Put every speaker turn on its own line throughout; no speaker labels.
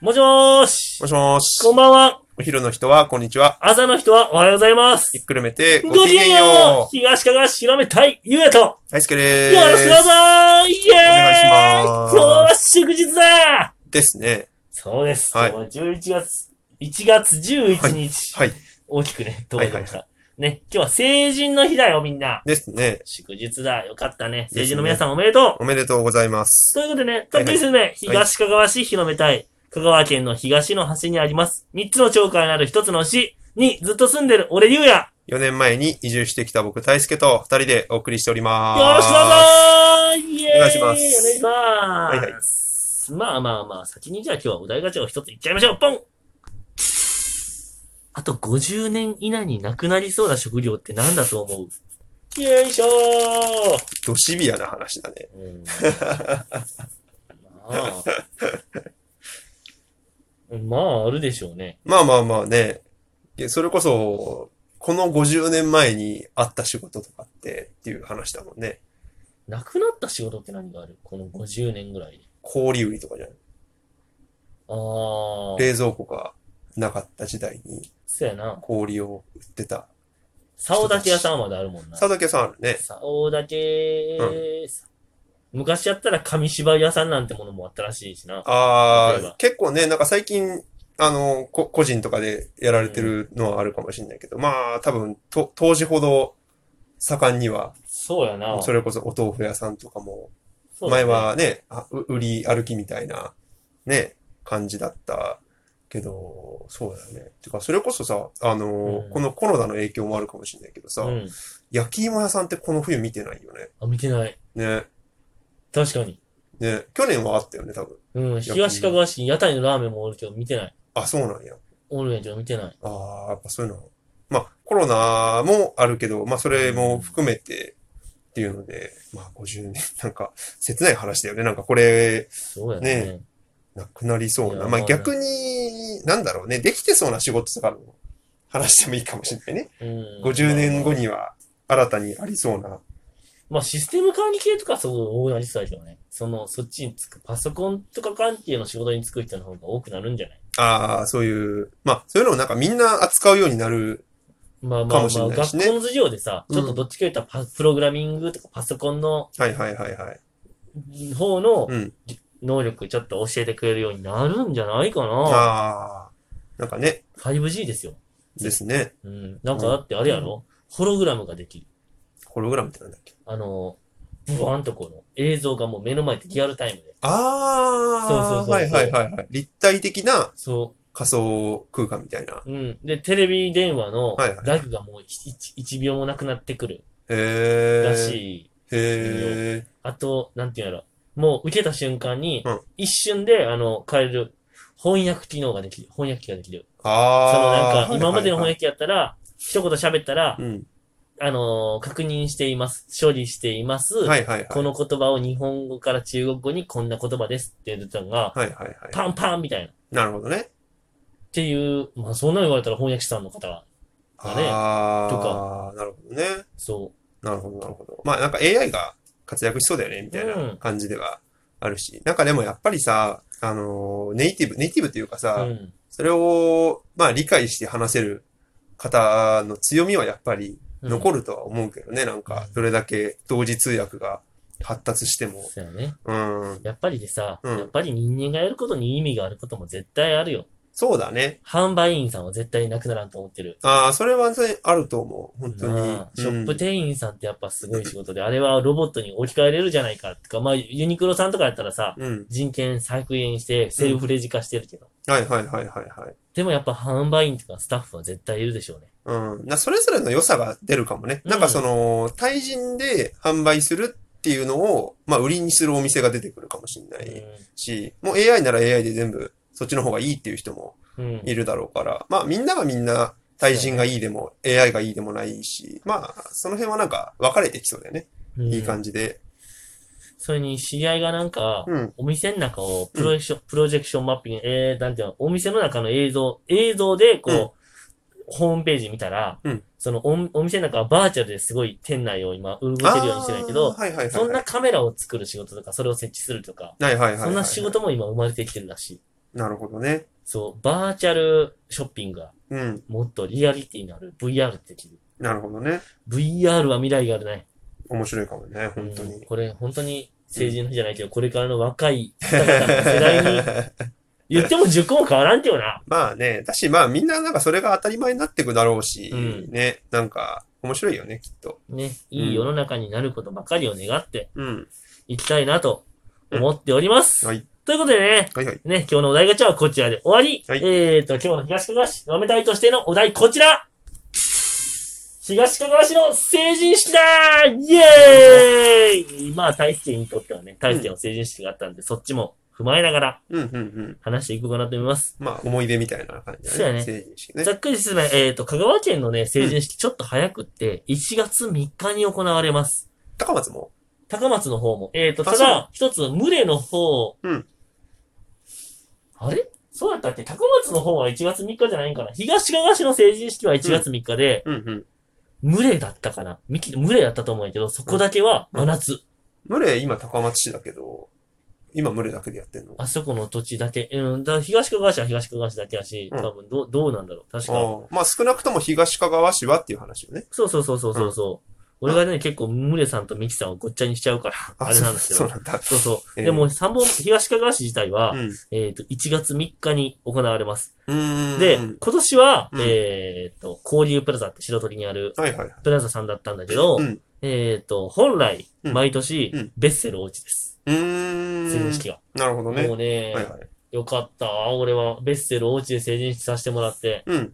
もしもーし。
もしもーし。
こんばんは。
お昼の人は、こんにちは。
朝の人はおはようございま
ひっ
す。
くるめて、
ごきげんよう
う。
東かが白めたい、ゆうやと。よ
大輔でーす。
ろしくどうぞイエーイ
お願いします
今日は祝日だ
ですね。
そうです。
はい
今日は11月、1月11日。
はい。
大きくね、どうぞました。ね、今日は成人の日だよ、みんな。
ですね。
祝日だ。よかったね。
ですね
成人の皆さんおめでとう。
おめでとうございます。
ということでね、特急説明、東かがわ市広めたい。香川県の東の端にあります。三つの町からなる一つの市にずっと住んでる俺ゆうや。
4年前に移住してきた僕、大輔と2人でお送りしておりまーす。
よろしくどうぞイエーイ
お願いし
お願
ます
いします。、
はいはい
まあまあまあ、先にじゃあ今日はお題ガチャを一ついっちゃいましょうポンあと50年以内になくなりそうな食料って何だと思うよいしょー
どシビアな話だね。
うんまあ、まあ、あるでしょうね。
まあまあまあね。いやそれこそ、この50年前にあった仕事とかってっていう話だもんね。
なくなった仕事って何があるこの50年ぐらいで。
氷売りとかじゃない
ああ、
冷蔵庫がなかった時代に
そうやな。
氷を売ってた。
竿だけ屋さんまであるもんな。
佐竹さんあるね。
竿だけ、昔やったら紙芝居屋さんなんてものもあったらしいしな。例え
あ
ば
あ、結構ね、なんか最近、あの、こ個人とかでやられてるのはあるかもしれないけど、まあ、多分、と、当時ほど盛んには、
そうやな。
それこそお豆腐屋さんとかも、
そうだね
前はね、あう売り歩きみたいな、ね、感じだったけど、そうだよね。てか、それこそさ、あの、
うん
このコロナの影響もあるかもしれないけどさ、
うん。
焼き芋屋さんってこの冬見てないよね。
あ、見てない。
ね、
確かに。
ね、去年はあったよね、多分。
うん。東かがわ市に屋台のラーメンもおるけど見てない。
あ、そうなんや。
おるんやけど見てない。
ああ、やっぱそういうの。まあ、コロナもあるけど、まあ、それも含めてっていうので、まあ、50年、なんか、切ない話だよね。なんか、これ、
そうや
ね
ね
なくなりそう
い
な。
や
まあ、
まあね
逆に、なんだろうね。できてそうな仕事とかの話してもいいかもしれないね。
うん
50年後には、新たにありそうな。
まあシステム管理系とかはすごい多くなりそうだけどね。その、そっちにつく、パソコンとか関係の仕事につく人の方が多くなるんじゃない
ああ、そういう、まあ、そういうのをなんかみんな扱うようになる。
まあまあ
か
ま
もしれ
あ、
ないし
学
ね
校の授業でさ、ちょっとどっちか言ったらパプログラミングとかパソコンの
はいはいはいはい。
方の
うん。
能力ちょっと教えてくれるようになるんじゃないかな。
ああ、なんかね、
5G ですよ。
ですね。
うん。なんかだってあれやろホログラムができる。
ホログラムってなんだっけ。
あの、ブワンとこの映像がもう目の前でリアルタイムで。
ああ、
そうそうそう
はいはいはいはい。立体的な
そう。
仮想空間みたいな。
うん。で、テレビ電話の
はいはい
ラグがもう 1, 秒もなくなってくる
へえ。
らしい。
へえ。
あと、なんていうんやろ。もう受けた瞬間に
うん、
一瞬で、あの、変える、翻訳機能ができる。翻訳機ができる。そ
ああ。
のなんか、今までの翻
はい
訳機やったら、一言喋ったら
は、いはい
あのー、確認しています。処理しています。
うん。はいはいはい。
この言葉を日本語から中国語にこんな言葉ですって言ってたのが、
はいはいは
パンパンみたいな。っ
い。なるほどね。
ていう、まあ、そんなの言われたら翻訳師さんの方は、だね
あ
と
あ、なるほどね。
そう。
なるほどなるほど。まあなんか AI が活躍しそうだよね、みたい
うん
な感じではあるし。なんかでもやっぱりさ、あのー、ネイティブ、ネイティブっていうか
う
さ、
ん。
それを、まあ理解して話せる方の強みはやっぱり、残るとは思うけどね、なんか、どれだけ同時通訳が発達して
うん
も。
そうやね。
うん。
やっぱりでさ、
うん
やっぱり人間がやることに意味があることも絶対あるよ。
そうだね。
販売員さんは絶対なくならんと思ってる。
ああ、それはねあると思う。本当に。
なあショッ
う
プ
ん
店員さんってやっぱすごい仕事で、あれはロボットに置き換えれるじゃないか。とか、まあ、ユニクロさんとかやったらさ、
うん。
人権削減してセルフレジ化してるけど。
はいはいはいはいはい。
でもやっぱ販売員とかスタッフは絶対いるでしょうね。
うん。な、それぞれの良さが出るかもね。
うん
なんかその、対人で販売するっていうのを、まあ、売りにするお店が出てくるかもしれないし、もう AI なら AI で全部、そっちの方がいいっていう人も
うん。うん
いるだろうから、まあみんながみんな対人がいいでも AI がいいでもないし、まあその辺はなんか分かれてきそうだよね。いい
じ。
感じで。
それに知り合いがなんか、
うん。
お店の中をプロジェクション、プロジェクションマッピング、えー、なんていうの、お店の中の映像、映像で、こう、ホームページ見たら、
うん
そのお、お店の中はバーチャルですごい店内を今、動けるようにしてないけ
あ
ど
ー、はいはいはい はい。
そんなカメラを作る仕事とか、それを設置するとか、
はいはいはいはい。
そんな仕事も今生まれてきてるらしい。
なるほどね。
そう、バーチャルショッピングが
うん。
もっとリアリティのある VR ってできる。
なるほどね。
VR は未来があるね。
面白いかもね、本当
うん
に。
これ本当に成人の日じゃないけど、これからの若い方々の世代に言っても10個も変わらんけどな。
まあね、だしまあみんななんかそれが当たり前になってくだろうし、
うん
ね、なんか面白いよね、きっと。
ね、いい世の中になることばかりを願って
うん。
いきたいなと思っております。
はい。
ということでね、
はいはい。
ね、今日のお題ガチャはこちらで終わり。
はい
えーと、今日の東かがわ市、飲めたいとしてのお題こちら東かがわ市の成人式だイエーイまあ、大輔にとってはね、大輔の成人式があったんで、そっちも踏まえながら
うんうんうん。
話していこうかなと思います。
まあ思い出みたいな感じ
そう
だ
や
ね。
ね
成人式ね
ざ。っくり説明、えーと、香川県のね、成人式ちょっと早くって、1月3日に行われます。
高松も。
高松の方も。えっ、と、
あ
た
そう
だ、一つ、群れの方。
うん
あれそうだったっけ高松の方は1月3日じゃないんかな東かがわ市の成人式は1月3日で、
うんうん。
群れだったかなみき群れだったと思うんやけど、そこだけは真夏。
群れ今高松市だけど、今群れだけでやってんのあ
あそこの土地だけ。うん、だから東かがわ市は東かがわ市だけやし、
うん
多分どう、どうなんだろう確か。
あまあ少なくとも東かがわ市はっていう話よね。
そうそうそうそうそうそう。俺がね、結構、群れさんとミキさんをごっちゃにしちゃうから、あれなんですけ
そう
ど。
そうなんだ。
そうそう。
ええ
でも、三本、東かがわ市自体は、
うん。
えっ、と、1月3日に行われます。
うーん。
で、今年は、
うん
えーっと、交流プラザって白鳥にある
はいはいはい。
プラザさんだったんだけど、
うん
えーっと、本来、
うん
毎年、
うん
ベッセルおうちです。
うーん。
成人式が。
なるほどね。
もうね、
はいはい。
よかった。俺はベッセルおうちで成人式させてもらって、
うん。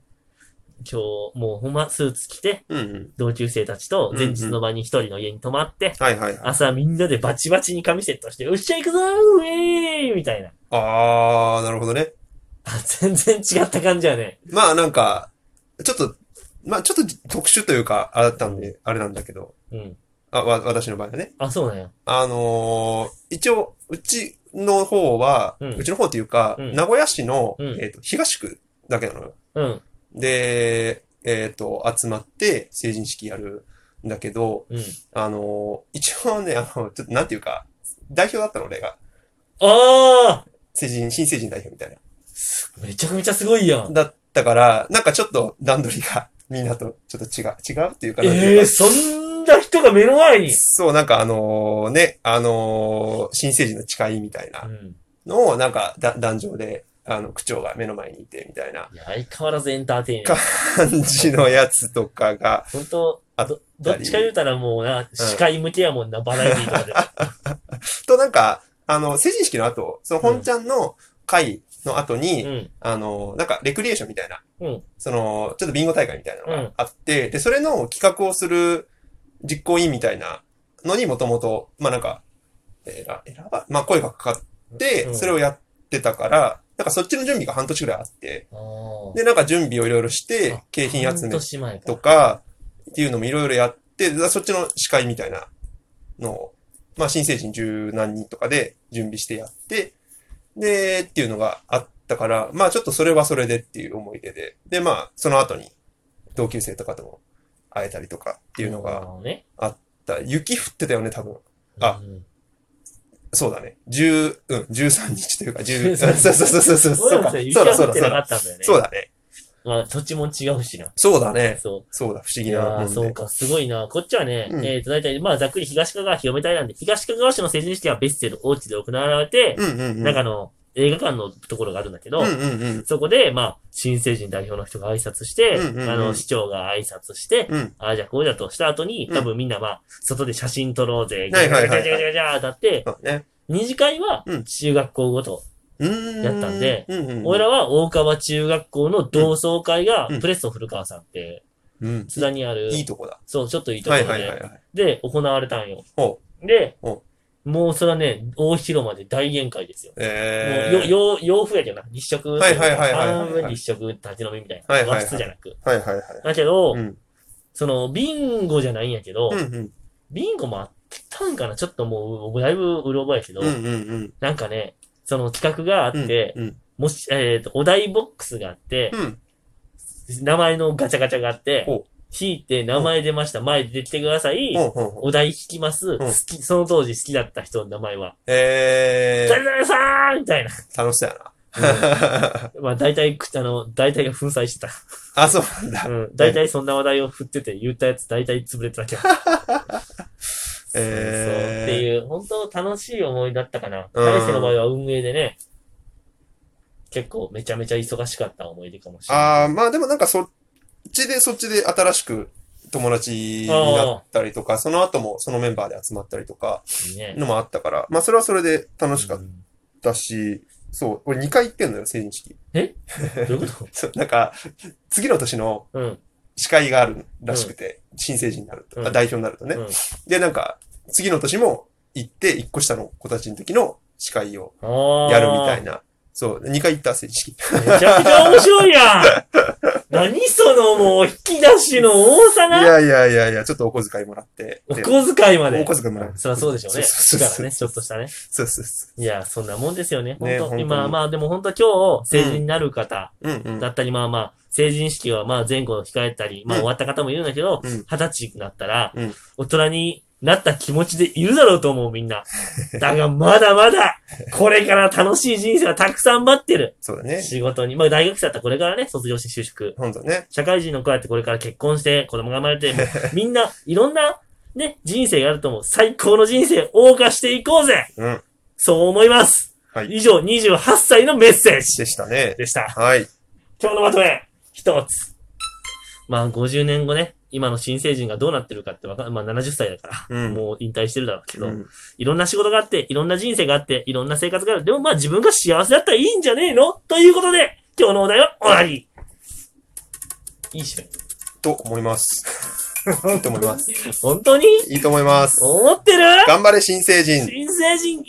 今日、もうほんまスーツ着て、
うんうん。
同級生たちと前日の晩に一人の家に泊まって、
はいはいはい。
朝みんなでバチバチに髪セットして、うっしゃ行くぞーウェーイみたいな。
あー、なるほどね。
あ全然違った感じやね。
まあなんか、ちょっと、まあちょっと特殊というか、あれだったんで、あれなんだけど、
うん。
あ、わ、私の場合はね。
あ、そうなんや。
あのー一応、うちの方は、
うん
うちの方というか、
うん
名古屋市の、
うん
えっと、東区だけなのよ。
うん。
で、えっと、集まって成人式やるんだけど、
うん。
あのー一応ね、あの、ちょっとなんていうか、代表だったの俺が。
あ
成人、新成人代表みたいな。
ーめちゃくちゃすごいやん。
だったから、なんかちょっと段取りが、 みんなとちょっと違う、違うっていうかなんてい
ええ
うか
ー、そんな人が目の前に。
そう、なんかあのね、あのー新成人の誓いみたいな
うん。
のを、なんか、だ、壇上で、あの、区長が目の前にいて、みたいない
や、相変わらずエンターテインメント。
感じのやつとかが、
本当
あ
ど、どっちか言うたらもうな、司会向けやもんな、バラエティーとかで。
となんか、あの、成人式の後、その本ちゃんの会の後に、
うん。
あの、なんか、レクリエーションみたいな、
うん
その、ちょっとビンゴ大会みたいなの
うん
があって、で、それの企画をする実行委員みたいなのにもともと、まあなんか、えら選ば、まあ声がかかって、
うん
それをやってたから、なんかそっちの準備が半年ぐらいあって、
あー
で、なんか準備をいろいろして
あ、
景品集
半
め
年前
と
か。
か、っていうのもいろいろやって、だそっちの司会みたいなのを、まあ新成人十何人とかで準備してやって、で、っていうのがあったから、まあちょっとそれはそれでっていう思い出で、で、まあその後に同級生とかとも会えたりとかっていうのがあっ
あーね。
た。雪降ってたよね、多分。あ
うん
そうだね。10、うん、13日というか、10、
13
そうそうそうそう
俺
そう。そう
ら
か
もさ、雪
そうだ、
が
そ
降
う
っ
だ、
て
そ
なか
うだ。
ったんだよね。
そうだね。
まあ、土地も違うしな。
そうだね。
そ
そうだ、不思
う。
議
い
な
や
も
ー
ん
そう
で。
か、すごいな。こっちはね、
うん
えっ、と、大体、まあ、ざっくり東かがわ広めたいなんで、東かがわ市の成人式は別ッセル大地で行われて、
うんうんうん。
なんかあの、映画館のところがあるんだけど、
うんうんうん。
そこで、まあ、新成人代表の人が挨拶して、
うんうんうん
あの、市長が挨拶して、
うん。
ああ、じゃあこうだとした後に、
うん
多分みんなまあ、外で写真撮ろうぜ、
はいはいは
ガチ
い
ャガチャガチャガチャガチャだって、
そうだね。
二次会は
うん
中学校ごと。や
や
ったんで、
うんうん、
俺らは大川中学校の同窓会が
うん、
プレスト古川さんって、
うん、
津田にある、
いいとこだ。
そう、ちょっといいとこ
は
ろ
い
で、
はいはいはい。
で、行われたんよ。
ほ
で
ほ、
もうそれはね、大広間で大宴会ですよ。
え
もう
ー、
よ洋洋風やけどな、日食。
はいはいはいはいはい
半分日食、立ち飲みみたいな。
はいはいはい
和室じゃなく。
はいはいはい。
だけど、
うん
その、ビンゴじゃないんやけど、
うんうん
ビンゴもあったんかなちょっともう、だいぶうろ覚えやけど、
うんうんうん。
なんかね、その企画があって、
うん
もし、えっ、と、お題ボックスがあって
う、ん。
名前のガチャガチャがあって
ほう、
引いて名前出ました、前出てきてください
ほ、うほうほう。
お題引きます、好き、その当時好きだった人の名前は、
え
誰々さーんみたいな。
ー、楽しそうやな。
まあ大体く、あの、大体が粉砕してた。
あ、そうなんだ。
うん。大体そんな話題を振ってて、言ったやつ大体潰れてた けど。そうそうって
え
いう、本当楽しい思いだったかな。
うん
大勢の場合は運営でね、結構めちゃめちゃ忙しかった思い出かもし
ー、
れない。
ああ、まあでもなんかそっちでそっちで新しく友達になったりとか、その後もそのメンバーで集まったりとか、
いいね。
のもあったから、まあそれはそれで楽しかっ
うん
たし、そう、俺2回行ってんのよ、成人式。
どういうこ
そう、 なんか、次の年の
と うん。
司会があるらしくて、新成人になると、
うん
あ代表になるとね、
うん
で、なんか、次の年も行って、1個下の子たちの時の司会を
ああ。
やるみたいな。そう、2回行った成人式。
めちゃくちゃ面白いや ん何そのもう引き出しの多さ
い
な
やいやいやいや、ちょっとお小遣いもらって。
お
で
小遣いまで。
お小遣いもらう
そりゃそうでしょうね。
そうそうそう
だからね、ちょっとしたね。
そうそうそ
いや、そんなもんですよね。
ね
本当
本当に
今、まあでも本当今日、成人になる方
う。うんうん。
だったり、まあまあ、成人式はまあ前後を控えたり、まあ
うん
終わった方もいるんだけど、
う
二
ん
十歳になったら
うん、
大人になった気持ちでいるだろうと思う、みんな。だが、まだまだ、これから楽しい人生がたくさん待ってる。
そうだね。
仕事に。まあ大学生だったらこれからね、卒業して就職。
本当ね。
社会人の子だってこれから結婚して、子供が生まれて、 もうみんな、いろんな、ね、人生があると思う。最高の人生を謳歌していこうぜ
うん。
そう思います
はい。
以上、28歳のメッセージ
でしたね。
でした。
はい。
今日のまとめ一つ。まあ、50年後ね、今の新成人がどうなってるかってわかん、まあ70歳だから、
うん。
もう引退してるだろうけど、
うん
いろんな仕事があって、いろんな人生があって、いろんな生活がある。でもまあ自分が幸せだったらいいんじゃねえのということで、今日のお題は終わりいい締め。
と思います。 いいと思います。
本当に
いいと思います。
思ってる
頑張れ、新成人。
新成人